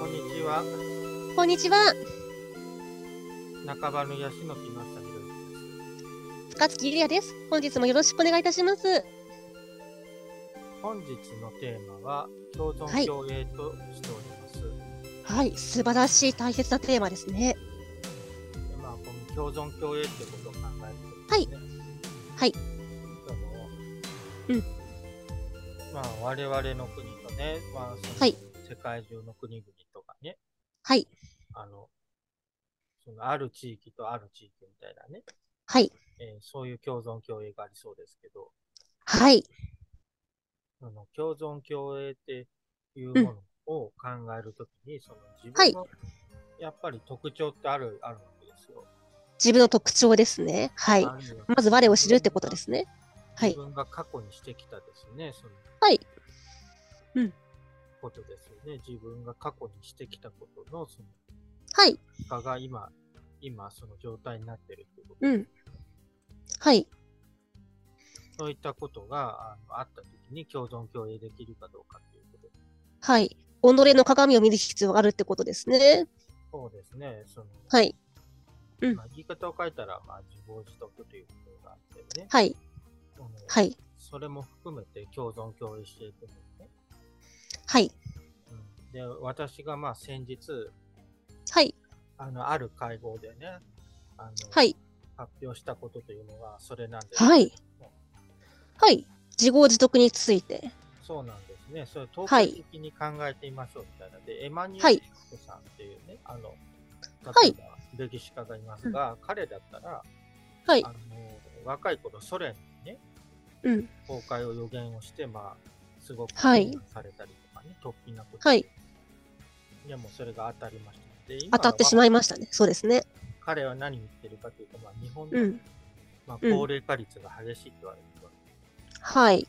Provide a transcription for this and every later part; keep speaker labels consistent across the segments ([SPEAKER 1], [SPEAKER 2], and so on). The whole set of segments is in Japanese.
[SPEAKER 1] こんにちは。
[SPEAKER 2] こんにちは。
[SPEAKER 1] 半ばのヤシの木まさひろです。
[SPEAKER 2] 塚月ゆりやです。本日もよろしくお願いいたします。
[SPEAKER 1] 本日のテーマは共
[SPEAKER 2] は
[SPEAKER 1] 存
[SPEAKER 2] い
[SPEAKER 1] 共栄としております。
[SPEAKER 2] はい、素晴らしい大切なテーマですね。
[SPEAKER 1] でまあこの共存共栄ってことを考えるとですね。
[SPEAKER 2] はいはい
[SPEAKER 1] その
[SPEAKER 2] うん
[SPEAKER 1] まあ我々の国とね、まあその
[SPEAKER 2] はい
[SPEAKER 1] 世界中の国々とかね、
[SPEAKER 2] はい、
[SPEAKER 1] あのそのある地域とある地域みたいなね、
[SPEAKER 2] はい、
[SPEAKER 1] えーそういう共存共栄がありそうですけど、
[SPEAKER 2] はい、
[SPEAKER 1] その共存共栄っていうものを考えるときに、その自
[SPEAKER 2] はい
[SPEAKER 1] 分のやっぱり特徴ってある、あるわけですよ。
[SPEAKER 2] 自分の特徴ですね。はい。
[SPEAKER 1] あるよ
[SPEAKER 2] まず我を知るってことですね。は
[SPEAKER 1] 自
[SPEAKER 2] い、
[SPEAKER 1] 分が過去にしてきたですね、その
[SPEAKER 2] はい、うん
[SPEAKER 1] ことですよね。自分が過去にしてきたことのその
[SPEAKER 2] はい、
[SPEAKER 1] 結果が今、今その状態になってるっていうこと、
[SPEAKER 2] うん、はい、
[SPEAKER 1] そういったことがあのあったときに共存共栄できるかどうかっていうこと。
[SPEAKER 2] はい。己の鏡を見る必要があるってことですね。
[SPEAKER 1] そうですね、その、
[SPEAKER 2] はい、うん
[SPEAKER 1] まあ、言い方を変えたら、まあ、自業自得ということがあってね。
[SPEAKER 2] はい、
[SPEAKER 1] その
[SPEAKER 2] はい、
[SPEAKER 1] それも含めて共存共栄していくんですね。
[SPEAKER 2] はい、
[SPEAKER 1] うん、で、私がまあ先日、
[SPEAKER 2] はい、
[SPEAKER 1] あの、ある会合でね、あの、
[SPEAKER 2] はい、
[SPEAKER 1] 発表したことというのがそれなんです。
[SPEAKER 2] はい、はい。自業自得について。
[SPEAKER 1] そうなんですね。それを統
[SPEAKER 2] は
[SPEAKER 1] 計
[SPEAKER 2] い
[SPEAKER 1] 的に考えてみましょうみたいな。で、エマニュエ
[SPEAKER 2] は
[SPEAKER 1] ル・
[SPEAKER 2] い
[SPEAKER 1] シックさんっていうね、あの、
[SPEAKER 2] はい
[SPEAKER 1] 例えば歴史家がいますが、彼だったら、
[SPEAKER 2] はい
[SPEAKER 1] あ、の、若い頃ソ連にね、
[SPEAKER 2] うん、
[SPEAKER 1] 崩壊を予言をして、まあ、すごく
[SPEAKER 2] はい
[SPEAKER 1] 非難されたりとかね、突飛なこと。
[SPEAKER 2] はい。
[SPEAKER 1] でもそれが当たりました。で、今
[SPEAKER 2] 当たってしまいましたね。そうですね。
[SPEAKER 1] 彼は何を言ってるかというと、まあ、日本の、
[SPEAKER 2] うん、
[SPEAKER 1] まあ、
[SPEAKER 2] うん
[SPEAKER 1] 高齢化率が激しいと言われてるわけ
[SPEAKER 2] はい、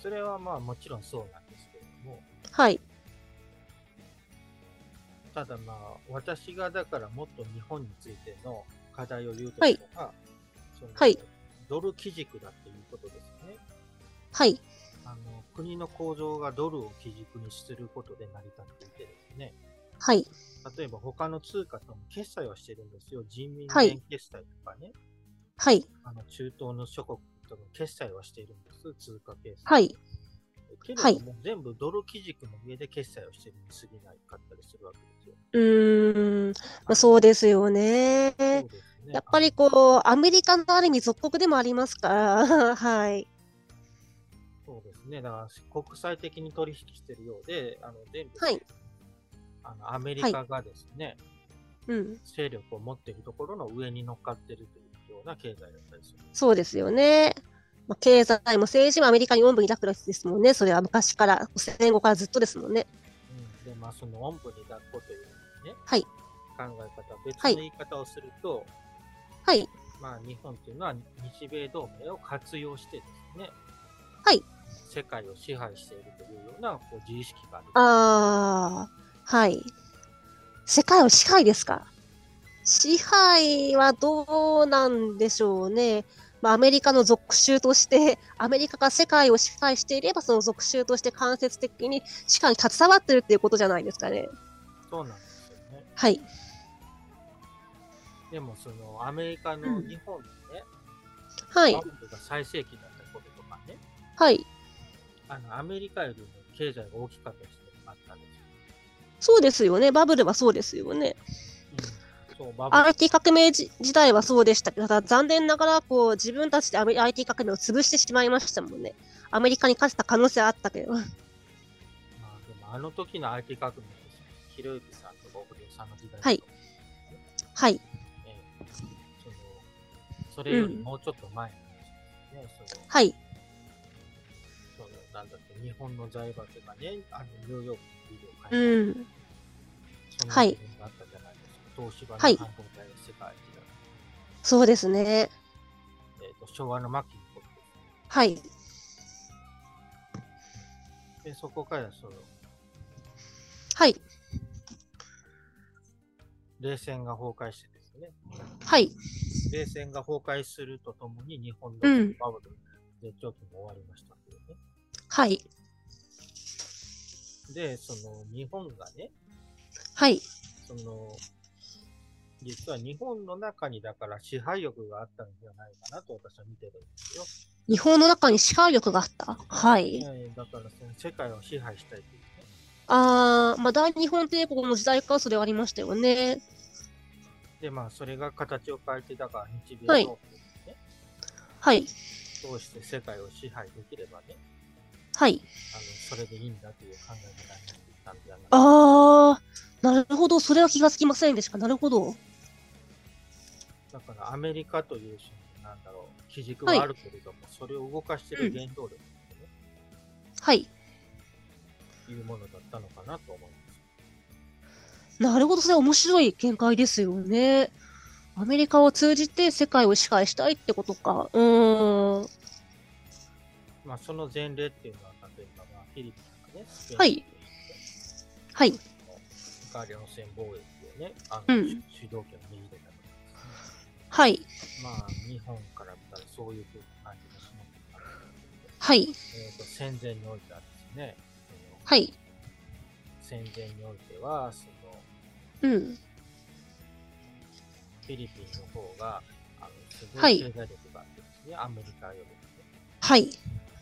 [SPEAKER 1] それはまあもちろんそうなんですけれども、
[SPEAKER 2] はい、
[SPEAKER 1] ただまあ私がだからもっと日本についての課題を言うと
[SPEAKER 2] は
[SPEAKER 1] し
[SPEAKER 2] い
[SPEAKER 1] たら、その
[SPEAKER 2] はい
[SPEAKER 1] ドル基軸だっていうことですね。
[SPEAKER 2] はい、
[SPEAKER 1] あの国の構造がドルを基軸にすることで成り立っていてですね、
[SPEAKER 2] はい、
[SPEAKER 1] 例えば他の通貨とも決済はしてるんですよ。人民
[SPEAKER 2] はい
[SPEAKER 1] 元決済とかね、
[SPEAKER 2] はい、
[SPEAKER 1] あの中東の諸国との決済はしているんです、通貨決済。
[SPEAKER 2] はい。
[SPEAKER 1] けれ
[SPEAKER 2] は
[SPEAKER 1] ど
[SPEAKER 2] い
[SPEAKER 1] も、全部ドル基軸の上で決済をしてるに過ぎないかったりするわけですよ。
[SPEAKER 2] うーん、まあ、そうですよね。
[SPEAKER 1] そうですね
[SPEAKER 2] やっぱりこう、アメリカのある意味、属国でもあります から、はい。
[SPEAKER 1] あのそうですね。だから、国際的に取引してるようで、あの全部、
[SPEAKER 2] はい。
[SPEAKER 1] あのアメリカがですね、
[SPEAKER 2] うん、
[SPEAKER 1] 勢力を持っているところの上に乗っかってるというような経済だったりする。
[SPEAKER 2] そうですよね。まあ、経済も政治もアメリカにおんぶに抱っこですもんね。それは昔から、戦後からずっとですもんね。
[SPEAKER 1] うん、で、まあ、その音部に抱っこというね、
[SPEAKER 2] はい
[SPEAKER 1] 考え方、別
[SPEAKER 2] は
[SPEAKER 1] の
[SPEAKER 2] い
[SPEAKER 1] 言い方をすると、
[SPEAKER 2] はい、
[SPEAKER 1] まあ、日本というのは日米同盟を活用してですね、
[SPEAKER 2] はい、
[SPEAKER 1] 世界を支配しているというようなこう自意識がある。
[SPEAKER 2] あー、はい。世界を支配ですか。支配はどうなんでしょうね。まあ、アメリカの属州として、アメリカが世界を支配していれば、その属州として間接的に支配に携わってるっていうことじゃないですかね。
[SPEAKER 1] そうなんですよね。
[SPEAKER 2] はい。
[SPEAKER 1] でもそのアメリカ
[SPEAKER 2] う
[SPEAKER 1] の
[SPEAKER 2] ん
[SPEAKER 1] 日本のね、
[SPEAKER 2] はい
[SPEAKER 1] バ。ブルが最盛期だったこととかね、
[SPEAKER 2] はい。
[SPEAKER 1] あのアメリカよりも経済が大きかった時期があったんです
[SPEAKER 2] そうですよね。バブルはそうですよね。
[SPEAKER 1] よ。うん、そう、バブル。
[SPEAKER 2] IT 革命時時代はそうでしたけど、ただ残念ながら、こう、自分たちでアメ IT 革命を潰してしまいましたもんね。アメリカに勝てた可能性はあったけど。
[SPEAKER 1] まあ、でもあの時の IT 革命ですね。ひろゆきさんと小栗さんの時代と、
[SPEAKER 2] はいはい。
[SPEAKER 1] ええそのそれよりもうちょっと前の話ですね。その
[SPEAKER 2] はい。
[SPEAKER 1] そのなんだっけ日本の財閥がね、あのニューヨークのビルを買い、
[SPEAKER 2] うん。
[SPEAKER 1] そんな
[SPEAKER 2] はい
[SPEAKER 1] 部分があったじゃないですか。東芝の
[SPEAKER 2] はい
[SPEAKER 1] 半導体の世界一だ、
[SPEAKER 2] そうですね。
[SPEAKER 1] えーと昭和の末期のことです
[SPEAKER 2] はい。
[SPEAKER 1] ね。で、そこからその
[SPEAKER 2] はい。
[SPEAKER 1] 冷戦が崩壊してですね、
[SPEAKER 2] はい。
[SPEAKER 1] 冷戦が崩壊するとともに日本の
[SPEAKER 2] うん
[SPEAKER 1] バブル、絶頂期も終わりましたけどね。
[SPEAKER 2] はい。
[SPEAKER 1] で、その日本がね、
[SPEAKER 2] はい。
[SPEAKER 1] その、実は日本の中にだから支配欲があったんじゃないかなと私は見てるんですよ。
[SPEAKER 2] 日本の中に支配力があった。はい。
[SPEAKER 1] えーだからその世界を支配したいというね。
[SPEAKER 2] あー、まあ、大日本帝国の時代からそれはありましたよね。
[SPEAKER 1] で、まあそれが形を変えて、だから日米
[SPEAKER 2] はい
[SPEAKER 1] 同盟をね、
[SPEAKER 2] はい。
[SPEAKER 1] 通して世界を支配できればね、
[SPEAKER 2] はい。
[SPEAKER 1] あのそれでいいんだという考え方になっていたんじゃないかな。
[SPEAKER 2] あー、なるほど。それは気がつきませんでした。なるほど。
[SPEAKER 1] だからアメリカというその、なんだろう、基軸
[SPEAKER 2] はい
[SPEAKER 1] はあるけれども、それを動かしている原動力
[SPEAKER 2] はい。
[SPEAKER 1] というものだったのかなと思います。
[SPEAKER 2] なるほど。それは面白い見解ですよね。アメリカを通じて世界を支配したいってことか。うーん。
[SPEAKER 1] まあ、その前例っていうのは、例えば、まあ、フィリピンとかね、スペイン
[SPEAKER 2] はいはい。
[SPEAKER 1] とか、両線貿易をね、あ
[SPEAKER 2] う
[SPEAKER 1] の、
[SPEAKER 2] ん
[SPEAKER 1] 主主導権を握れたとかです
[SPEAKER 2] はい。
[SPEAKER 1] ね、まあ、日本から見たらそういうふうな感じがします
[SPEAKER 2] はい。
[SPEAKER 1] えっ、と、戦前においてはですね、え
[SPEAKER 2] はい。
[SPEAKER 1] ー戦前においては、その、
[SPEAKER 2] うん。
[SPEAKER 1] フィリピンの方が、あの、すご
[SPEAKER 2] はい
[SPEAKER 1] い経済力があってですね、アメリカよりもね。
[SPEAKER 2] はい。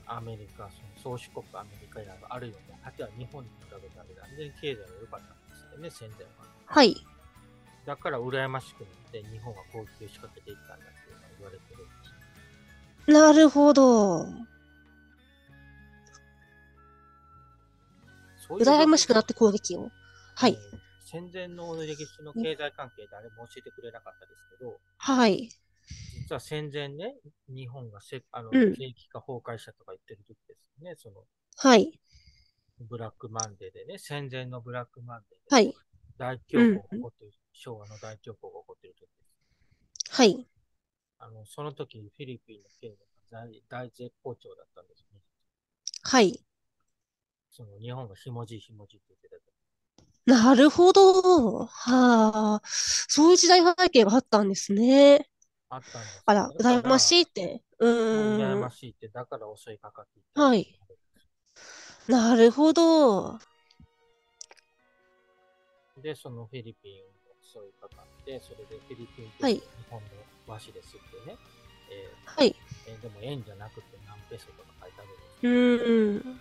[SPEAKER 1] アメリカ、その宗主国アメリカやあるよね。あとは日本に比べたら全然経済が良かったんですよね、戦前は。
[SPEAKER 2] はい。
[SPEAKER 1] だから羨ましくなって日本は攻撃を仕掛けていったんだっていうのは言われてるんですよ。
[SPEAKER 2] なるほど。
[SPEAKER 1] そういう
[SPEAKER 2] 羨ましくなって攻撃を。はい。
[SPEAKER 1] えー戦前の歴史の経済関係誰も教えてくれなかったですけど、
[SPEAKER 2] はい。
[SPEAKER 1] 実は戦前ね、日本がせあの
[SPEAKER 2] うん
[SPEAKER 1] 景気が崩壊したとか言ってる時ですね、その
[SPEAKER 2] はい。
[SPEAKER 1] ブラックマンデーでね、戦前のブラックマンデー
[SPEAKER 2] は
[SPEAKER 1] で、
[SPEAKER 2] い。
[SPEAKER 1] 大恐慌が起こってる、昭和の大恐慌が起こってる時です。
[SPEAKER 2] はい。
[SPEAKER 1] あの、その時フィリピンの経済が大大絶好調だったんですね。
[SPEAKER 2] はい。
[SPEAKER 1] その日本がひもじいひもじいって言ってたけど
[SPEAKER 2] なるほど。はあ。そういう時代背景があったんですね。
[SPEAKER 1] あったんですよ
[SPEAKER 2] あら、羨まし
[SPEAKER 1] い。
[SPEAKER 2] いって。う
[SPEAKER 1] 羨
[SPEAKER 2] ー
[SPEAKER 1] ま
[SPEAKER 2] ん。
[SPEAKER 1] しいって、だから襲いかかっていった。
[SPEAKER 2] はい。なるほど。
[SPEAKER 1] で、そのフィリピンを襲いかかって、それでフィリピンと
[SPEAKER 2] はい
[SPEAKER 1] 日本の和紙ですってね、え
[SPEAKER 2] はい。
[SPEAKER 1] ーえーでも円じゃなくて何ペソとか書いてあるんです
[SPEAKER 2] うーん。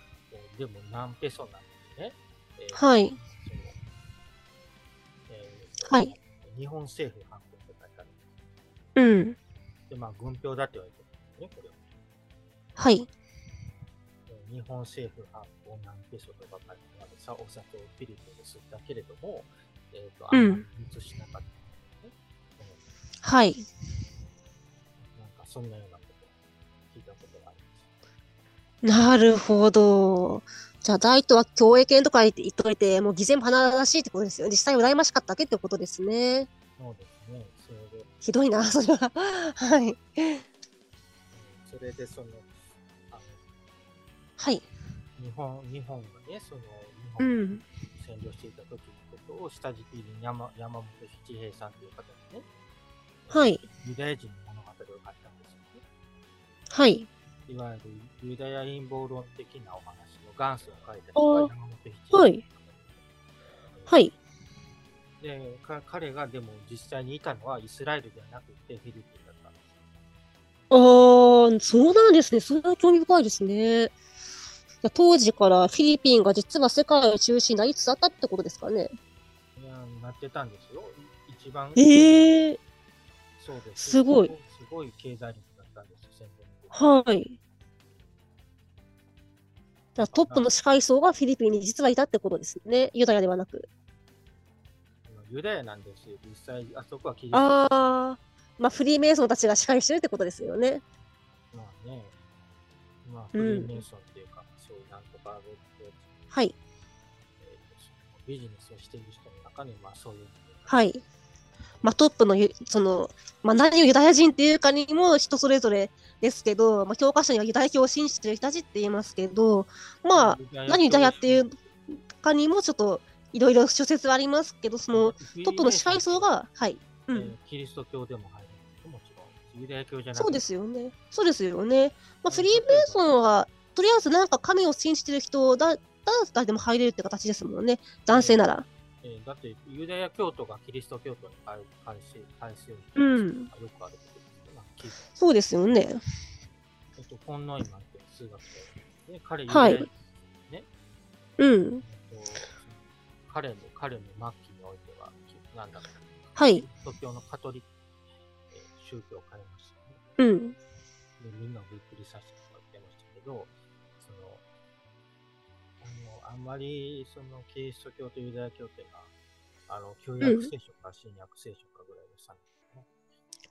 [SPEAKER 1] けど、でも何ペソなのにね、えー
[SPEAKER 2] はい。
[SPEAKER 1] そのえー
[SPEAKER 2] はい
[SPEAKER 1] 日本政府発行って書いてあるんです
[SPEAKER 2] うん。
[SPEAKER 1] で、まあ、軍票だって言われてるんですね、これは。
[SPEAKER 2] はい。
[SPEAKER 1] えー日本政府発行何ペソとばかりのあるさお酒をフィリピンで吸ったけれども、えっ、と、あんまり流通しなかったんだよね、
[SPEAKER 2] はい。
[SPEAKER 1] うんなんかそんなようなことを聞いたことがありま
[SPEAKER 2] なるほど。じゃあ、大とは共栄圏とか言って言っといて、もう偽善花らしいってことですよ。実際羨ましかっただけってことですね。
[SPEAKER 1] す。そうですね。それで、
[SPEAKER 2] ひどいな、それは。は
[SPEAKER 1] う
[SPEAKER 2] い。
[SPEAKER 1] んそれでその、あ
[SPEAKER 2] はい。
[SPEAKER 1] の日本、日本がね、その、日
[SPEAKER 2] う
[SPEAKER 1] 本を
[SPEAKER 2] ん。
[SPEAKER 1] 占領していた時のことを下敷きに山山本七平さんという方にね、
[SPEAKER 2] はい。
[SPEAKER 1] ユダヤ人の物語を書いたんですよね。
[SPEAKER 2] はい。
[SPEAKER 1] いわゆるユダヤ陰謀論的なお話の元祖を書いたのが山本七郎
[SPEAKER 2] はいはい。
[SPEAKER 1] でか彼がでも実際にいたのはイスラエルではなくてフィリピンだったんで
[SPEAKER 2] ああ、そうなんですね。それは興味深いですね。じゃあ当時からフィリピンが実は世界を中心になりつつあったってことですかね。
[SPEAKER 1] す。いやなってたんですよ。い一番、
[SPEAKER 2] ええ
[SPEAKER 1] そうです
[SPEAKER 2] すごい。
[SPEAKER 1] すごい経済力だったんですよ、戦後の頃
[SPEAKER 2] はい。じゃあトップの司会層がフィリピンに実はいたってことですね。ユダヤではなく。
[SPEAKER 1] ユダヤなんですよ。実際、あそこはキリスト教
[SPEAKER 2] ああ、まあフリーメイソンたちが司会してるってことですよね。
[SPEAKER 1] まあね、まあ、
[SPEAKER 2] う
[SPEAKER 1] フリ
[SPEAKER 2] ん
[SPEAKER 1] ーメイソンっていうか、そういうなんとかロックを、
[SPEAKER 2] はい。
[SPEAKER 1] えーとそのビジネスをしている人の中に、まあそういうのが
[SPEAKER 2] はい。まあ、トップのゆ、その、まあ、何をユダヤ人っていうかにも人それぞれですけど、まあ、教科書にはユダヤ教を信じてる人たちって言いますけど、まあ、何ユダヤっていうかにもちょっといろいろ諸説はありますけど、その、トップの支配層、が、はい。
[SPEAKER 1] え
[SPEAKER 2] う
[SPEAKER 1] ー
[SPEAKER 2] ん。
[SPEAKER 1] キリスト教でも入るんですよもちろん。ユダヤ教じゃなくて
[SPEAKER 2] そうですよね。そうですよね。まあ、フリーメイソンは、とりあえずなんか神を信じてる人だったら誰でも入れるって形ですもんね、男性なら。
[SPEAKER 1] えーだってユダヤ教徒がキリスト教徒に関関し関する
[SPEAKER 2] うん
[SPEAKER 1] よくあることですけど、まあ聞いた
[SPEAKER 2] そうですよね。
[SPEAKER 1] えっと、コンノイマンっていう数学者で、彼、ユダ
[SPEAKER 2] は
[SPEAKER 1] ヤ
[SPEAKER 2] い
[SPEAKER 1] 人ね、
[SPEAKER 2] うん。
[SPEAKER 1] えっと彼の彼の末期においては、なんだろう、
[SPEAKER 2] はい。
[SPEAKER 1] 東京のカトリック、えー宗教を変えましたよね。
[SPEAKER 2] うん。
[SPEAKER 1] でみんなをびっくりさせてもらってましたけど、その、あの、あんまり、その、キリスト教とユダヤ教っていうのは、あの、旧約聖書か新約聖書かぐらいの差なんですね。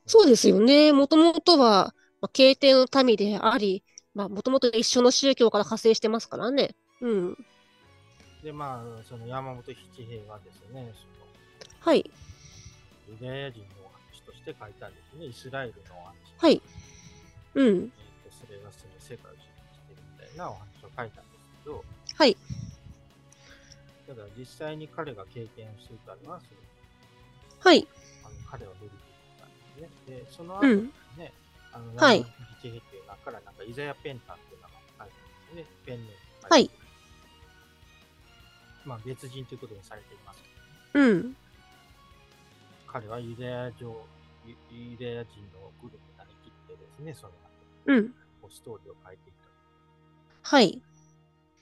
[SPEAKER 2] そうですよね。もともとは、まあ、経典の民であり、まあ、もともと一緒の宗教から派生してますからね。うん。
[SPEAKER 1] で、まあ、その山本七平がですね、その、
[SPEAKER 2] はい。
[SPEAKER 1] ユダヤ人のお話として書いたんですね。イスラエルのお話。
[SPEAKER 2] はい。うん
[SPEAKER 1] え。ーとそれがその世界を支配してるみたいなお話を書いたんですけど、
[SPEAKER 2] はい。
[SPEAKER 1] ただ実際に彼が経験していたのは、その
[SPEAKER 2] はい。
[SPEAKER 1] あの彼は出てきたんですね。で、その後
[SPEAKER 2] う
[SPEAKER 1] です
[SPEAKER 2] ん。
[SPEAKER 1] ね、あの、
[SPEAKER 2] はい
[SPEAKER 1] ラマンチヘっていう中から、なんかイザヤ・ペンタンっていう名前が書いてあるんですね。ペンネームが
[SPEAKER 2] はい。
[SPEAKER 1] まあ、別人ということにされていますけど、
[SPEAKER 2] うん。
[SPEAKER 1] 彼はユダヤ上、ユユダヤ人のグループになりきってですね、その
[SPEAKER 2] うん。
[SPEAKER 1] こうストーリーを書いていった。
[SPEAKER 2] はい。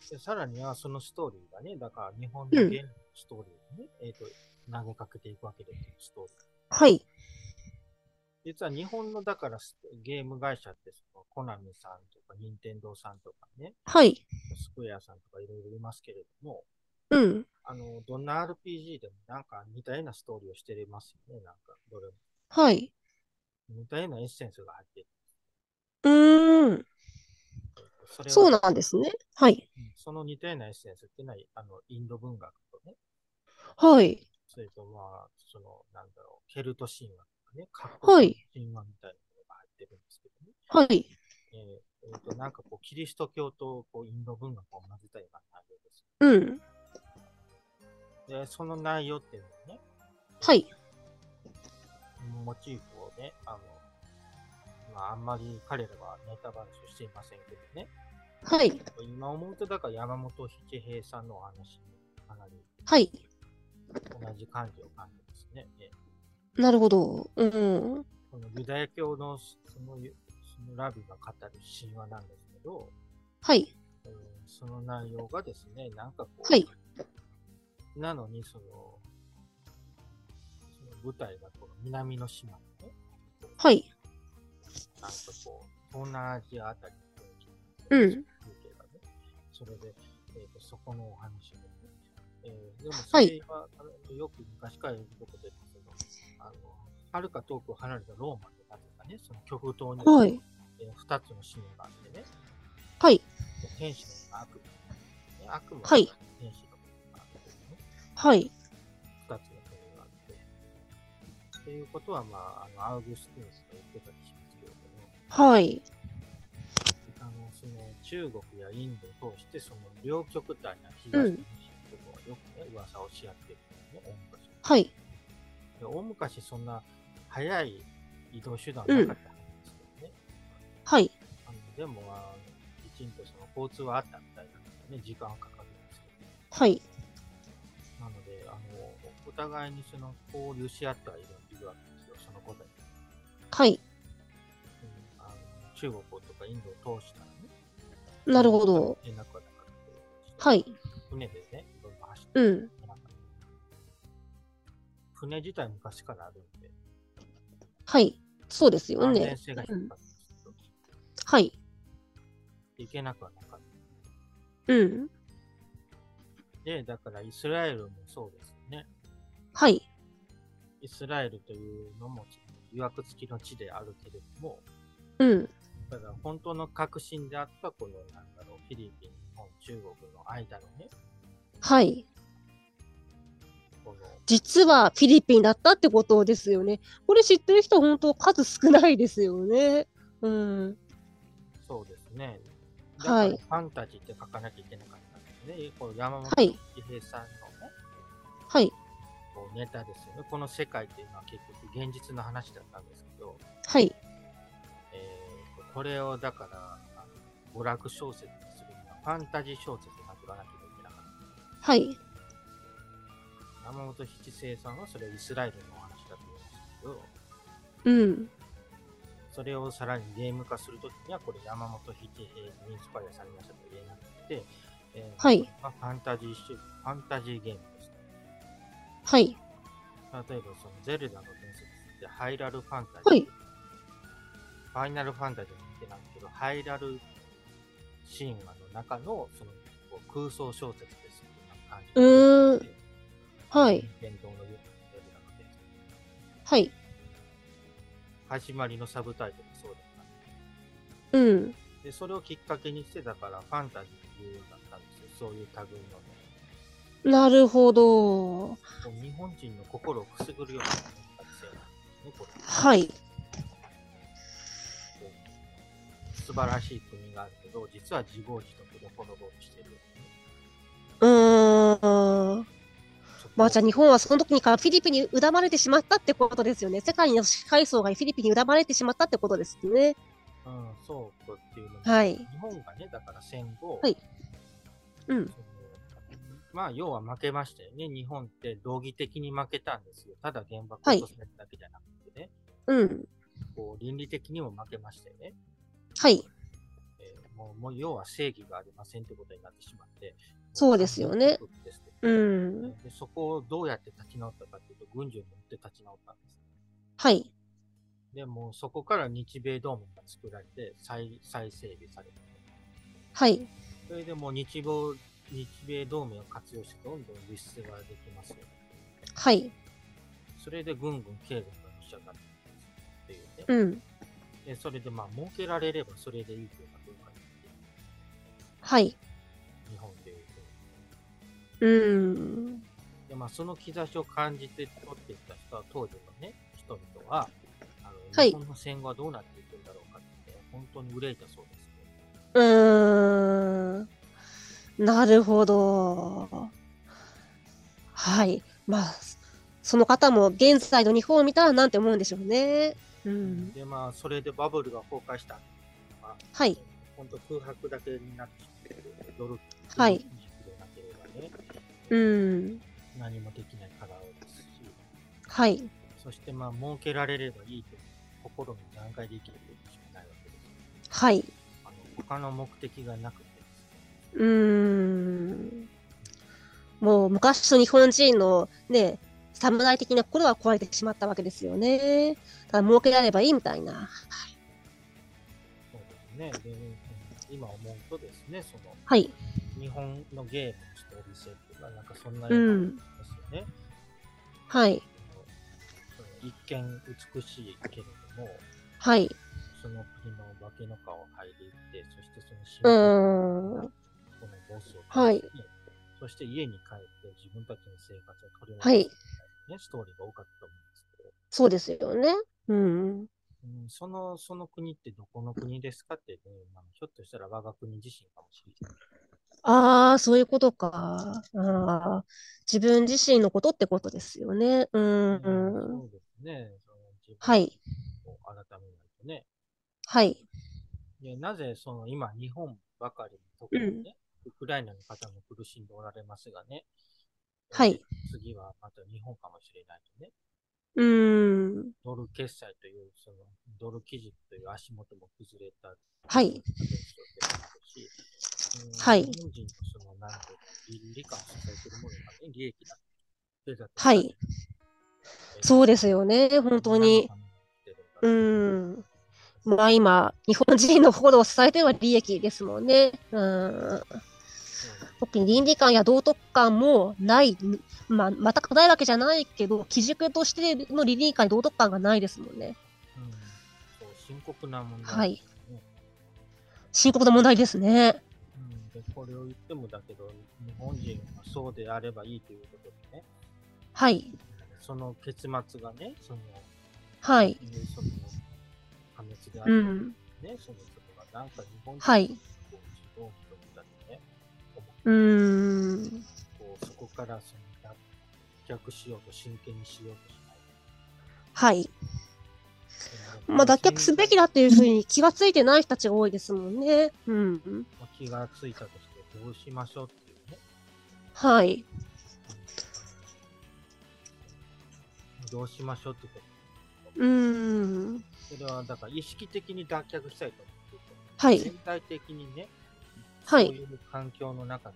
[SPEAKER 1] でさらにはそのストーリーがね、だから日本の現代のストーリーをね、えっ、と、投げかけていくわけですよ、ストーリー。
[SPEAKER 2] はい。
[SPEAKER 1] 実は日本のだからスゲーム会社ってその、コナミさんとか、ニンテンドーさんとかね、
[SPEAKER 2] はい。
[SPEAKER 1] スクエアさんとかいろいろいますけれども、
[SPEAKER 2] うん。
[SPEAKER 1] あの、どんな RPG でもなんか似たようなストーリーをしてますよね、なんか、どれも。
[SPEAKER 2] はい。
[SPEAKER 1] 似たようなエッセンスが入ってる。
[SPEAKER 2] うーん。
[SPEAKER 1] それは
[SPEAKER 2] そうなんですね。はい。
[SPEAKER 1] うんその似たようなエッセンスっていうのは、あの、インド文学とね、
[SPEAKER 2] はい。
[SPEAKER 1] それとまあ、その、なんだろう、ケルト神話とかね、各
[SPEAKER 2] は
[SPEAKER 1] 国の
[SPEAKER 2] い
[SPEAKER 1] 神話みたいなのが入ってるんですけどね。
[SPEAKER 2] はい。
[SPEAKER 1] えーえーと、なんかこう、キリスト教とこうインド文学を混ぜたような内容です。
[SPEAKER 2] うん。
[SPEAKER 1] で、その内容っていうのはね、
[SPEAKER 2] はい。
[SPEAKER 1] モチーフをね、あの、まあ、あんまり彼らはネタ話をしていませんけどね、
[SPEAKER 2] はい。
[SPEAKER 1] 今思うと、だから山本七平さんのお話にかなり
[SPEAKER 2] はい。
[SPEAKER 1] 同じ感じを感じますね。えー
[SPEAKER 2] なるほど。うん。
[SPEAKER 1] このユダヤ教のそのそのラビが語る神話なんですけど、
[SPEAKER 2] はい。
[SPEAKER 1] うんその内容がですね、なんかこう、
[SPEAKER 2] はい。
[SPEAKER 1] なのにその、その舞台がこの南の島のね、
[SPEAKER 2] はい。
[SPEAKER 1] なんかこう、東南アジアあたりの
[SPEAKER 2] う
[SPEAKER 1] 風景
[SPEAKER 2] ん
[SPEAKER 1] がね、それで、えーと、そこのお話でね、えーでもそ
[SPEAKER 2] はい
[SPEAKER 1] れは、あのよく昔から言うことですけど、あの、はるか遠く離れたローマでなぜかね、その極東に、
[SPEAKER 2] はい。
[SPEAKER 1] えー二つの島があってね、
[SPEAKER 2] はい。
[SPEAKER 1] 天使の悪夢、ね、悪夢
[SPEAKER 2] はい
[SPEAKER 1] 天使の国があってね、
[SPEAKER 2] はい。
[SPEAKER 1] 二つの国があって。っていうことは、まあ、あのアウグスティヌスが言ってたりしますけれども、
[SPEAKER 2] はい。
[SPEAKER 1] あのその中国やインドを通して、その両極端な東と西のところがよくね、噂をし合ってるんですね、大昔。
[SPEAKER 2] はい。
[SPEAKER 1] で大昔、そんな速い移動手段なかったんですけどね。
[SPEAKER 2] はい。
[SPEAKER 1] あのでも、あのきちんとその交通はあったみたいなんですね、時間はかかるんですけど。
[SPEAKER 2] はい。
[SPEAKER 1] なので、あの、お互いにその交流し合ってはいるいるわけですよ、そのことに。
[SPEAKER 2] はい。
[SPEAKER 1] うんあの中国とかインドを通したらね。
[SPEAKER 2] なるほど。。
[SPEAKER 1] 連絡がなかった。
[SPEAKER 2] はい。。
[SPEAKER 1] 船でね、いろいろ走って、
[SPEAKER 2] うん。
[SPEAKER 1] なんか船自体昔からあるんで、
[SPEAKER 2] はい。そうですよ
[SPEAKER 1] 安
[SPEAKER 2] ね
[SPEAKER 1] 全。性が低かったんですけど、
[SPEAKER 2] はい。
[SPEAKER 1] 行けなくはなかった。
[SPEAKER 2] うん。
[SPEAKER 1] で、だからイスラエルもそうですよね。
[SPEAKER 2] はい。
[SPEAKER 1] イスラエルというのも、疑惑付きの地であるけれども、
[SPEAKER 2] うん。
[SPEAKER 1] だから本当の核心であったこのなんだろうフィリピン、日本、中国の間のね、
[SPEAKER 2] はい。
[SPEAKER 1] この
[SPEAKER 2] 実はフィリピンだったってことですよね。これ知ってる人本当数少ないですよね。うん。
[SPEAKER 1] そうですね、
[SPEAKER 2] はい
[SPEAKER 1] だからファンタジーって書かなきゃいけなかったんですね、この山本
[SPEAKER 2] はい
[SPEAKER 1] 一平さんの、ね
[SPEAKER 2] はい。
[SPEAKER 1] こうネタですよね、この世界っていうのは結局現実の話だったんですけど、
[SPEAKER 2] はい。
[SPEAKER 1] えーとこれをだからあの娯楽小説にするにはファンタジー小説になっていかなきゃいけな
[SPEAKER 2] はい。
[SPEAKER 1] 山本七世さんはそれイスラエルのお話だと思いましたけど、
[SPEAKER 2] うん。
[SPEAKER 1] それをさらにゲーム化するときには、これ山本秀平にインスパイアされましたと言えなくて、えー
[SPEAKER 2] はい。
[SPEAKER 1] まあファンタジーシファンタジーゲームです、ね。
[SPEAKER 2] はい。
[SPEAKER 1] 例えば、そのゼルダの伝説ってハイラルファンタジー、
[SPEAKER 2] はい。
[SPEAKER 1] ファイナルファンタジーってなんですけど、ハイラル神話の中のそのこう空想小説ですみたいな感じで。
[SPEAKER 2] うーんはい。
[SPEAKER 1] 伝統のゲームゼルダの伝説。
[SPEAKER 2] はい。
[SPEAKER 1] 始まりのサブタイトルもそうだったんで
[SPEAKER 2] うん。
[SPEAKER 1] で、それをきっかけにして、だからファンタジーっていうようだったんですよ。そういう類のね。
[SPEAKER 2] なるほど。
[SPEAKER 1] こう日本人の心をくすぐるような作成なんですね、これ。
[SPEAKER 2] はい。
[SPEAKER 1] こう素晴らしい国があるけど、実は自業自得で滅ぼうとしてるようなね。
[SPEAKER 2] うーん。
[SPEAKER 1] そこを
[SPEAKER 2] まあじゃあ日本はその時にからフィリピンにうだまれてしまったってことですよね。世界の支配層がフィリピンにうだまれてしまったってことですね。
[SPEAKER 1] うん、そうっていうのも、
[SPEAKER 2] はい
[SPEAKER 1] 日本がね、だから戦後、
[SPEAKER 2] はいうん
[SPEAKER 1] そ。のまあ、要は負けましたよね。日本って道義的に負けたんですよ。ただ原爆を落とされただけじゃなくてね、
[SPEAKER 2] うん。
[SPEAKER 1] こう倫理的にも負けましたよね。
[SPEAKER 2] はい。
[SPEAKER 1] えーもうもう要は正義がありませんってことになってしまって、
[SPEAKER 2] そうですよね
[SPEAKER 1] 韓国ですね
[SPEAKER 2] うん。
[SPEAKER 1] でそこをどうやって立ち直ったかっていうと、軍需によって立ち直ったんです。
[SPEAKER 2] はい。
[SPEAKER 1] でもうそこから日米同盟が作られて再再整備されて、
[SPEAKER 2] はい。
[SPEAKER 1] それでもう日米日米同盟を活用してどんどん輸出ができますよ、
[SPEAKER 2] はい。
[SPEAKER 1] それでぐんぐん経済が持ち上がっていくんですっていうね。
[SPEAKER 2] うん。
[SPEAKER 1] でそれでまあ儲けられればそれでいいというかどうかっていう
[SPEAKER 2] はい。
[SPEAKER 1] 日本でいうと。
[SPEAKER 2] うん。
[SPEAKER 1] でまあ、その兆しを感じて取っていった人は当時のね、人々は、あの
[SPEAKER 2] はい
[SPEAKER 1] 日本の戦後はどうなっていくんだろうかって、本当に憂いたそうですね。
[SPEAKER 2] うーん。なるほど。はい。まあ、その方も現在の日本を見たらなんて思うんでしょうね。うん。
[SPEAKER 1] で、まあ、それでバブルが崩壊した。まあ、
[SPEAKER 2] はい。
[SPEAKER 1] 本当空白だけになってしまって、ドル
[SPEAKER 2] はい
[SPEAKER 1] ドル金でなければね、
[SPEAKER 2] うん。
[SPEAKER 1] 何もできないからですし、
[SPEAKER 2] はい。
[SPEAKER 1] そしてまあ、儲けられればいいという心の段階で生きていくしかないわけですよ。
[SPEAKER 2] はい。
[SPEAKER 1] あの他の目的がなくてですね。
[SPEAKER 2] うーんもう昔の日本人のね、侍的な心は壊れてしまったわけですよね。ただ儲けらればいいみたいな。
[SPEAKER 1] そうですね。で、うん今思うとですね、その、
[SPEAKER 2] はい。
[SPEAKER 1] 日本のゲームのストーリー性っていうか、なんかそんなよ
[SPEAKER 2] う
[SPEAKER 1] うなん
[SPEAKER 2] ん。
[SPEAKER 1] ですよね。
[SPEAKER 2] はい。
[SPEAKER 1] その一見美しいけれども、
[SPEAKER 2] はい。
[SPEAKER 1] その国の化けの皮を剥いでいって、そしてその新聞
[SPEAKER 2] うーん。
[SPEAKER 1] このボスを
[SPEAKER 2] はい
[SPEAKER 1] 倒してそして家に帰って自分たちの生活を取り戻す
[SPEAKER 2] はい
[SPEAKER 1] みたいなね、ストーリーが多かったと思うんですけど、
[SPEAKER 2] そうですよね。うん。
[SPEAKER 1] うん、その、その国ってどこの国ですかって、ね、まあひょっとしたら我が国自身かもしれない。
[SPEAKER 2] ああ、そういうことか。あー自分自身のことってことですよね。うーん。
[SPEAKER 1] そうですね。その自分
[SPEAKER 2] はい。
[SPEAKER 1] を改めないとね。
[SPEAKER 2] はい。
[SPEAKER 1] でなぜその今、日本ばかり、特にね、ウクライナの方も苦しんでおられますがね、
[SPEAKER 2] はい。
[SPEAKER 1] 次はまた日本かもしれないとね、
[SPEAKER 2] うーん。
[SPEAKER 1] ドル決済という、そのドル基軸という足元も崩れた、
[SPEAKER 2] はい。
[SPEAKER 1] うん
[SPEAKER 2] はい
[SPEAKER 1] 日本人のその、なんていうか、倫理観を支えているものがね、利益だ経済だ
[SPEAKER 2] は
[SPEAKER 1] え
[SPEAKER 2] い。
[SPEAKER 1] ー
[SPEAKER 2] そうですよね。本当に。。う
[SPEAKER 1] うん。
[SPEAKER 2] ん。まあ今、日本人の心を支えては利益ですもんね。うん。特に倫理観や道徳観もない、まあ全くないわけじゃないけど、基軸としての倫理観や道徳観がないですもんね。
[SPEAKER 1] うんそう深刻な問題。
[SPEAKER 2] はい。深刻な問題ですね。
[SPEAKER 1] うん、でこれを言ってもだけど、日本人はそうであればいいということでね、
[SPEAKER 2] はい。
[SPEAKER 1] その結末がね、その、
[SPEAKER 2] はい。
[SPEAKER 1] その破滅であ
[SPEAKER 2] う
[SPEAKER 1] るね、
[SPEAKER 2] ん。
[SPEAKER 1] そのことが、なんか日本人
[SPEAKER 2] は
[SPEAKER 1] の
[SPEAKER 2] い
[SPEAKER 1] こう自動機と見たりね、
[SPEAKER 2] うーん。
[SPEAKER 1] こうそこからその脱却しようと真剣にしようとしない。
[SPEAKER 2] はい。まあ脱却すべきだっていうふうに気がついてない人たちが多いですもんね。うん。
[SPEAKER 1] 気がついたとしてどうしましょうっていうね。
[SPEAKER 2] はい。
[SPEAKER 1] どうしましょうってこと。
[SPEAKER 2] うーん。
[SPEAKER 1] それはだから意識的に脱却したいと思っていて、
[SPEAKER 2] はい
[SPEAKER 1] 全。体的にね、そ
[SPEAKER 2] は
[SPEAKER 1] う
[SPEAKER 2] い。
[SPEAKER 1] いう環境の中で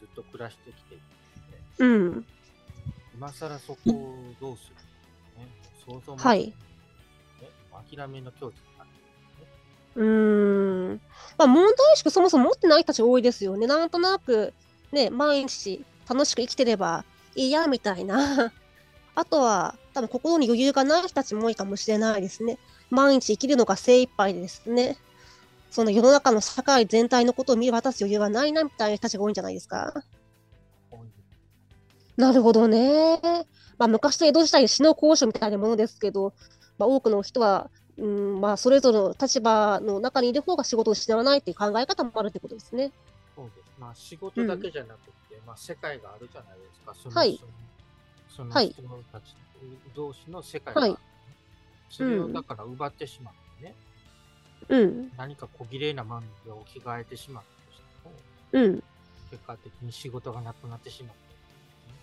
[SPEAKER 1] ずっと暮らしてきているので、
[SPEAKER 2] うん。
[SPEAKER 1] 今更そこをどうするのかね、想像も、
[SPEAKER 2] は
[SPEAKER 1] ね
[SPEAKER 2] い。
[SPEAKER 1] 諦めの境地になる。
[SPEAKER 2] うーん。まあ、問題意識そもそも持ってない人たち多いですよね。なんとなく、ね、毎日楽しく生きてればいいや、みたいな。 あとは、多分心に余裕がない人たちも多いかもしれないですね。毎日生きるのが精一杯ですね。その世の中の社会全体のことを見渡す余裕はないな、みたいな人たちが多いんじゃないですか。
[SPEAKER 1] こういう
[SPEAKER 2] なるほどね。まあ、昔の江戸時代の死の交渉みたいなものですけど、まあ、多くの人は、うんまあ、それぞれの立場の中にいる方が仕事を失わないっていう考え方もあるってことですね。
[SPEAKER 1] そうです。まあ仕事だけじゃなくて、まあ世界があるじゃないですか。その、
[SPEAKER 2] はい
[SPEAKER 1] その
[SPEAKER 2] はい
[SPEAKER 1] その人たち同士の世界が、
[SPEAKER 2] はい
[SPEAKER 1] それ
[SPEAKER 2] う
[SPEAKER 1] を
[SPEAKER 2] ん
[SPEAKER 1] だから奪ってしまってね、
[SPEAKER 2] うん、
[SPEAKER 1] 何か小綺麗な漫画を着替えてしまったとしても、
[SPEAKER 2] うん。
[SPEAKER 1] 結果的に仕事がなくなってしまっ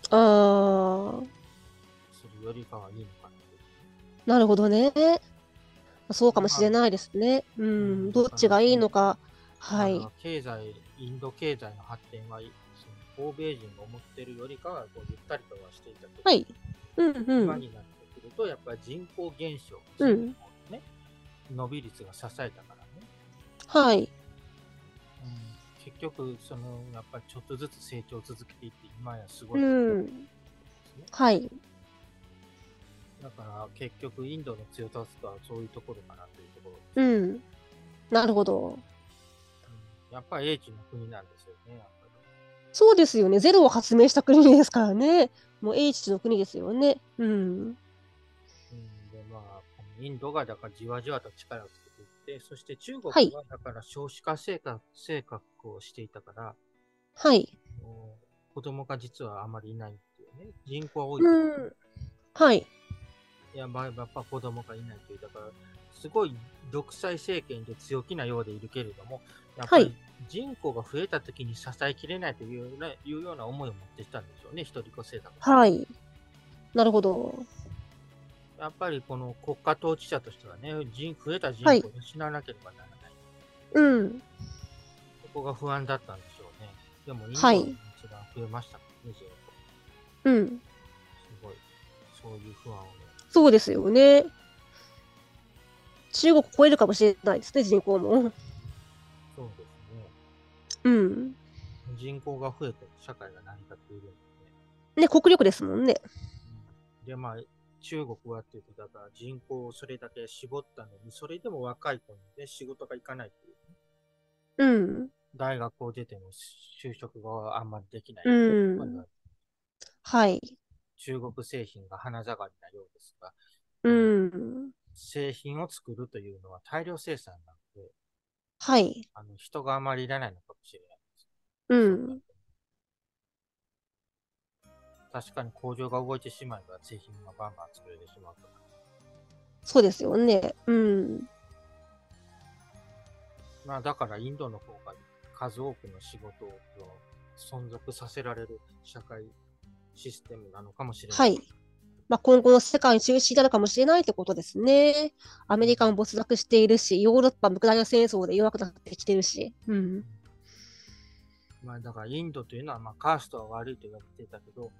[SPEAKER 1] た
[SPEAKER 2] ああ、
[SPEAKER 1] りするよりかはいいのかな
[SPEAKER 2] なるほどね。そうかもしれないですね。うん、どっちがいいのか。は
[SPEAKER 1] あ
[SPEAKER 2] い
[SPEAKER 1] の。経済、インド経済の発展は、その欧米人が思ってるよりかはこうゆったりとはしていたけど、
[SPEAKER 2] はい。うん、う
[SPEAKER 1] 今
[SPEAKER 2] ん。
[SPEAKER 1] になってくると、やっぱり人口減少、
[SPEAKER 2] うん
[SPEAKER 1] ね、伸び率が支えたからね、
[SPEAKER 2] はい。
[SPEAKER 1] うん、結局、そのやっぱりちょっとずつ成長を続けていって、今やすごい、ね
[SPEAKER 2] うん。はい。
[SPEAKER 1] だから結局、インドの強さとはそういうところかなというところです、
[SPEAKER 2] うん。なるほど。
[SPEAKER 1] うんやっぱり英知の国なんですよね、やっぱり。
[SPEAKER 2] そうですよね。ゼロを発明した国ですからね。もう英知の国ですよね。うん。
[SPEAKER 1] うん、で、まあ、このインドがだからじわじわと力をつけていって、そして中国
[SPEAKER 2] はい
[SPEAKER 1] はだから少子化政策,、政策をしていたから、
[SPEAKER 2] はい。
[SPEAKER 1] もう子供が実はあまりいないっていうね、人口は多いけど、
[SPEAKER 2] うん。はい。
[SPEAKER 1] いや、まあ、やっぱ子供がいないという、だから、すごい独裁政権で強気なようでいるけれども、やっぱ
[SPEAKER 2] は
[SPEAKER 1] り人口が増えた時に支えきれないというようないうような思いを持ってきたんでしょうね、一人っ子政策。
[SPEAKER 2] はい。なるほど。
[SPEAKER 1] やっぱりこの国家統治者としてはね、人増えた人
[SPEAKER 2] はい
[SPEAKER 1] 口を失わなければならない。
[SPEAKER 2] うん。
[SPEAKER 1] そこが不安だったんでしょうね。でも、インド
[SPEAKER 2] は
[SPEAKER 1] が
[SPEAKER 2] い
[SPEAKER 1] 一番増えましたからね、人口
[SPEAKER 2] うん。
[SPEAKER 1] すごい。そういう不安をね。
[SPEAKER 2] そうですよね。中国超えるかもしれないですね、人口も。
[SPEAKER 1] そうです
[SPEAKER 2] うん。
[SPEAKER 1] ね。人口が増えて、社会が成り立っているので、ね。
[SPEAKER 2] ね、国力ですもんね。
[SPEAKER 1] で、まあ、中国はっていうと、だから人口をそれだけ絞ったのに、それでも若い子にね、仕事がいかないっていう、ね。
[SPEAKER 2] うん。
[SPEAKER 1] 大学を出ても就職があんまりできない。
[SPEAKER 2] うん
[SPEAKER 1] これは
[SPEAKER 2] はい。
[SPEAKER 1] 中国製品が花盛りなようですが、
[SPEAKER 2] うん。
[SPEAKER 1] 製品を作るというのは大量生産なので、
[SPEAKER 2] はい。
[SPEAKER 1] あの人があまりいらないのかもしれないです。
[SPEAKER 2] うん。
[SPEAKER 1] 確かに工場が動いてしまえば製品がバンバン作れてしまうとか。
[SPEAKER 2] そうですよね。うん。
[SPEAKER 1] まあだからインドの方が数多くの仕事を存続させられる社会システムなのかもしれない。
[SPEAKER 2] はい。まあ、今後の世界の中心になるかもしれないってことですね。アメリカも没落しているし、ヨーロッパもウクライナ戦争で弱くなってきてるし。うん。
[SPEAKER 1] まあだからインドというのはまあカーストは悪いと言われていたけど、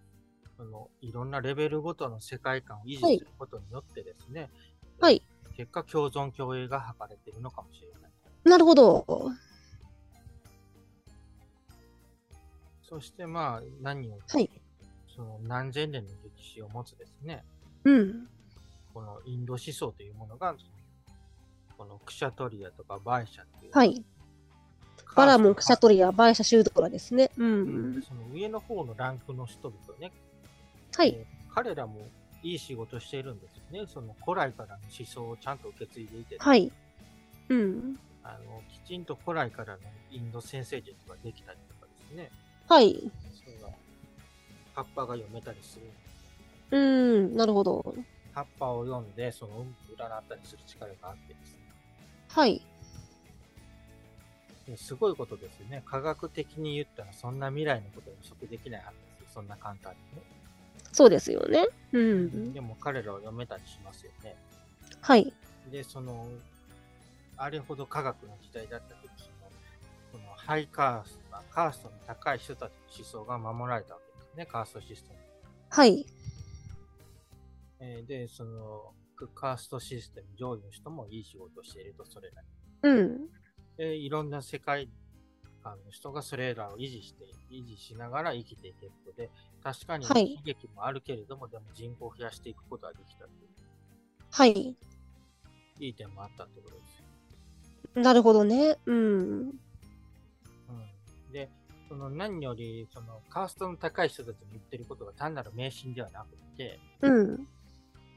[SPEAKER 1] そのいろんなレベルごとの世界観を維持
[SPEAKER 2] はい
[SPEAKER 1] することによってですね、
[SPEAKER 2] はい。
[SPEAKER 1] 結果共存共栄が図れているのかもしれない。
[SPEAKER 2] なるほど。
[SPEAKER 1] そしてまあ何より
[SPEAKER 2] はい。
[SPEAKER 1] その何千年の歴史を持つですね、
[SPEAKER 2] うん。
[SPEAKER 1] このインド思想というものが、このクシャトリアとかバイシャっていう、
[SPEAKER 2] はい。
[SPEAKER 1] カースト
[SPEAKER 2] バラモン、クシャトリア、バイシャ、シュードラですね。う
[SPEAKER 1] うん
[SPEAKER 2] ん。
[SPEAKER 1] その上の方のランクの人々ね、
[SPEAKER 2] はい。
[SPEAKER 1] えー彼らもいい仕事しているんですよね。その古来からの思想をちゃんと受け継いでいて、
[SPEAKER 2] はい。うん。
[SPEAKER 1] あのきちんと古来からのインド先生術ができたりとかですね、
[SPEAKER 2] はい。
[SPEAKER 1] そういうの葉っぱが読めたりする。
[SPEAKER 2] うん。なるほど。
[SPEAKER 1] 葉っぱを読んで、その占ったりする力があってですね。
[SPEAKER 2] はい。
[SPEAKER 1] ですごいことですよね。科学的に言ったら、そんな未来のことを予測できないはずですよ。そんな簡単にね。
[SPEAKER 2] そうですよね。うん。
[SPEAKER 1] でも彼らを読めたりしますよね。
[SPEAKER 2] はい。
[SPEAKER 1] で、その、あれほど科学の時代だった時の、そのハイカーストな、カーストの高い人たちの思想が守られたわけですね、カーストシステム。
[SPEAKER 2] はい。
[SPEAKER 1] えーで、その、カーストシステム上位の人もいい仕事をしていると、それなり
[SPEAKER 2] うん。
[SPEAKER 1] で、いろんな世界観の人がそれらを維持して、維持しながら生きていけることで、確かに
[SPEAKER 2] はい
[SPEAKER 1] 悲劇もあるけれども、でも人口を増やしていくことができたという
[SPEAKER 2] はい。
[SPEAKER 1] いい点もあったってことですよ。
[SPEAKER 2] なるほどね。うん。
[SPEAKER 1] うん、で、その何より、そのカーストの高い人たちの言ってることが単なる迷信ではなくて、
[SPEAKER 2] うん。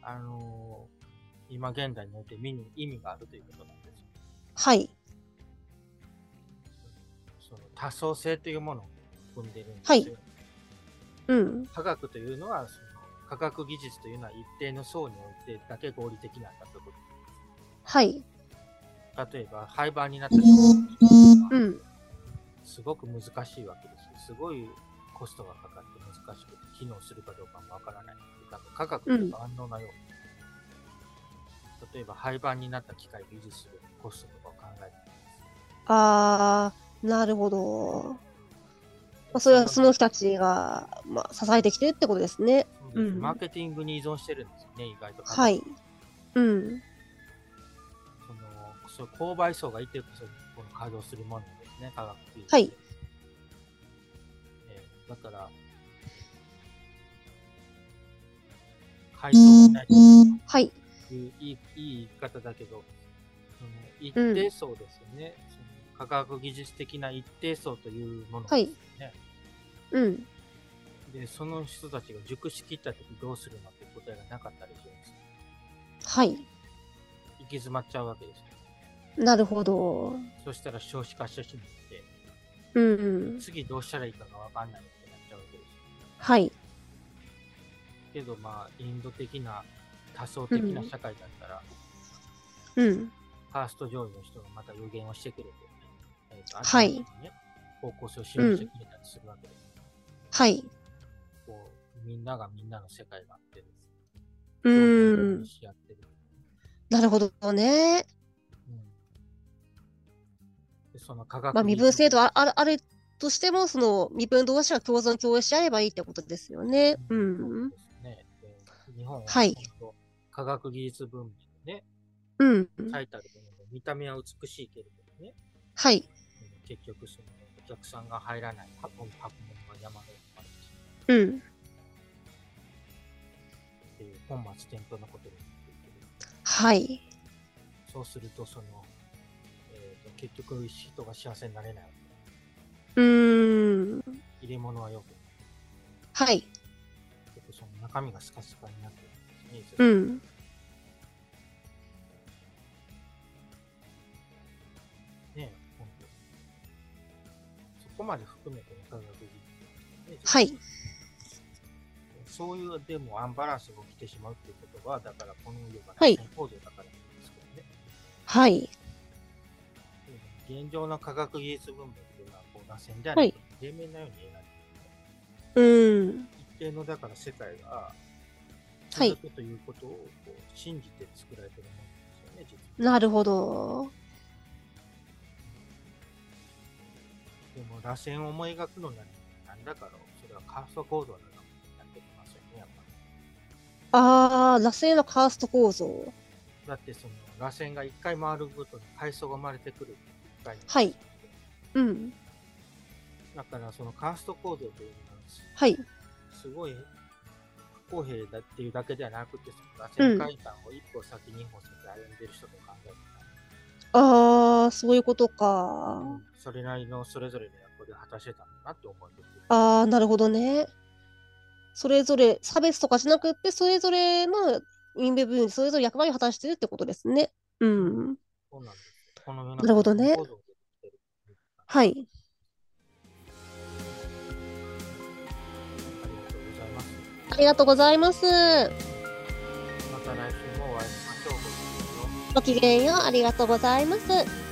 [SPEAKER 1] あのー今現代において見に意味があるということなんですよ。
[SPEAKER 2] はい。
[SPEAKER 1] その多層性というものを生んでるんですよ。
[SPEAKER 2] うん。
[SPEAKER 1] 科学というのはその科学技術というのは一定の層においてだけ合理的なんだということ
[SPEAKER 2] はい。
[SPEAKER 1] 例えば廃盤になった商品とか
[SPEAKER 2] うん。
[SPEAKER 1] すごく難しいわけですよすごいコストがかかって難しくて機能するかどうかもわからないなんか科学とか安納なように、例えば廃盤になった機械を維持するコストとかを考えて
[SPEAKER 2] あー、なるほど。まあ、それはその人たちが、まあ、支えてきてるってことですね。
[SPEAKER 1] そうです
[SPEAKER 2] うん
[SPEAKER 1] マーケティングに依存してるんですよね意外と
[SPEAKER 2] はい。うん。
[SPEAKER 1] そのそう購買層がいてこそこの稼働するものなんですね、科学技術
[SPEAKER 2] はい
[SPEAKER 1] えーだから、回答しないと
[SPEAKER 2] はい。
[SPEAKER 1] いういいいい言い方だけど、その一定層ですよね、その科学技術的な一定層というものですよね、
[SPEAKER 2] うん。
[SPEAKER 1] で、その人たちが熟しきったときどうするのって答えがなかったりするんですよ
[SPEAKER 2] はい。
[SPEAKER 1] 行き詰まっちゃうわけですよ。
[SPEAKER 2] なるほど。
[SPEAKER 1] そしたら少子化してしまって、
[SPEAKER 2] うん。
[SPEAKER 1] 次どうしたらいいかがわかんないってなっちゃうわけですよ。
[SPEAKER 2] はい。
[SPEAKER 1] けどまあインド的な多層的な社会だったら、
[SPEAKER 2] うん。
[SPEAKER 1] ファースト上位の人がまた予言をしてくれて、えーと
[SPEAKER 2] はい
[SPEAKER 1] 新しね、方向性を示してくれたりするわけです、
[SPEAKER 2] はい。
[SPEAKER 1] こうみんながみんなの世界があってです、
[SPEAKER 2] う
[SPEAKER 1] 共
[SPEAKER 2] ーん
[SPEAKER 1] 存。し合ってる、
[SPEAKER 2] なるほどね。
[SPEAKER 1] うんでその科学
[SPEAKER 2] まあ、身分制度はあるあるとしても、その身分同士が共存共栄し合えばいいってことですよね。う。
[SPEAKER 1] そうんですねで日本は
[SPEAKER 2] はい
[SPEAKER 1] 本当科学技術文明でね、
[SPEAKER 2] うん。
[SPEAKER 1] 最たるもので見た目は美しいけれどもね、
[SPEAKER 2] はい。
[SPEAKER 1] 結局そのお客さんが入らない箱物が山のようにあるし
[SPEAKER 2] うん。
[SPEAKER 1] っていう本末転倒なことになっているけ
[SPEAKER 2] はい。
[SPEAKER 1] どそうするとその、えーと結局人が幸せになれないわけ
[SPEAKER 2] うーん。
[SPEAKER 1] 入れ物はよく
[SPEAKER 2] はい。
[SPEAKER 1] 結局その中身がスカスカになってるんです
[SPEAKER 2] う
[SPEAKER 1] ね、
[SPEAKER 2] ん。
[SPEAKER 1] ね本当にそこまで含めて科学技術、ね
[SPEAKER 2] はい。
[SPEAKER 1] そういうでもアンバランスが起きてしまうっていうことはだからこの世が
[SPEAKER 2] はい
[SPEAKER 1] 構造だからなんですけどね、
[SPEAKER 2] はい。
[SPEAKER 1] 現状の科学技術文明っていうのはこう螺旋であれば平面のように描いて
[SPEAKER 2] うーん。
[SPEAKER 1] いる一定のだから世界が
[SPEAKER 2] はい
[SPEAKER 1] 続くということをこう信じて作られてるものですよね、
[SPEAKER 2] なるほど。
[SPEAKER 1] 実は。でも螺旋を思い描くのなり何だからそれはカースト構造なのかになってきますよねやっぱり。
[SPEAKER 2] あー、螺旋のカースト構造。
[SPEAKER 1] だってその螺旋が1回回るごとに階層が生まれてくる一回に
[SPEAKER 2] はいうん。
[SPEAKER 1] だからそのカースト構造というのは
[SPEAKER 2] はい。
[SPEAKER 1] すごい不公平だっていうだけではなくて、その螺旋階段を一歩先、二歩先歩んでる人と考えて、
[SPEAKER 2] あー、そういうことか。
[SPEAKER 1] それなりのそれぞれの役割を果たしてたんだなって思ってて、
[SPEAKER 2] ああ、なるほどね。それぞれ差別とかじゃなくって、それぞれの因部分、それぞれ役割を果たしてるってことですね。うん。
[SPEAKER 1] そうなんですよ。この世の
[SPEAKER 2] なるほどね
[SPEAKER 1] 構造でできてる
[SPEAKER 2] はい。
[SPEAKER 1] ありがとうございます。
[SPEAKER 2] ありがとうございます。
[SPEAKER 1] また来週もお会いしましょう。ごきげんよう
[SPEAKER 2] ごきげんよう。ありがとうございます。